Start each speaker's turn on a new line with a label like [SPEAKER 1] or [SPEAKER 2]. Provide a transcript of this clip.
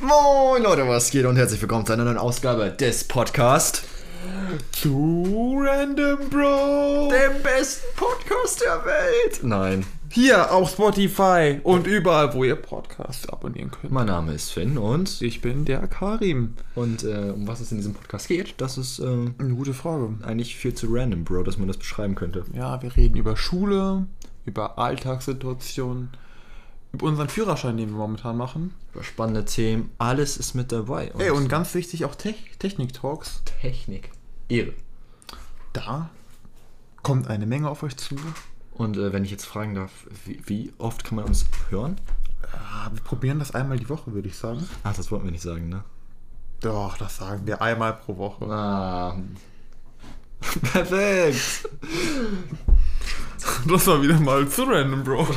[SPEAKER 1] Moin Leute, was geht und herzlich willkommen zu einer neuen Ausgabe des Podcast.
[SPEAKER 2] Du Random Bro.
[SPEAKER 1] Dem besten Podcast der Welt. Nein,
[SPEAKER 2] Hier auf Spotify und überall, wo ihr Podcasts abonnieren könnt.
[SPEAKER 1] mein Name ist Finn und,
[SPEAKER 2] Ich bin der Karim.
[SPEAKER 1] und äh, um was es in diesem Podcast geht, das ist äh,
[SPEAKER 2] Eine gute Frage.
[SPEAKER 1] eigentlich viel zu random, Bro, dass man das beschreiben könnte.
[SPEAKER 2] Ja, wir reden über Schule, über Alltagssituationen, über unseren Führerschein, den wir momentan machen.
[SPEAKER 1] Über spannende Themen, alles ist mit dabei.
[SPEAKER 2] Ey, und ganz wichtig auch Te Technik-Talks.
[SPEAKER 1] Technik. Ehre.
[SPEAKER 2] Da kommt eine Menge auf euch zu.
[SPEAKER 1] Und äh, wenn ich jetzt fragen darf, wie, wie oft kann man uns hören?
[SPEAKER 2] Ah, wir probieren das einmal die Woche, würde ich sagen.
[SPEAKER 1] Ach, das wollten wir nicht sagen, ne?
[SPEAKER 2] Doch, das sagen wir einmal pro Woche.
[SPEAKER 1] Ah. Perfekt.
[SPEAKER 2] Das war wieder mal zu random, Bro.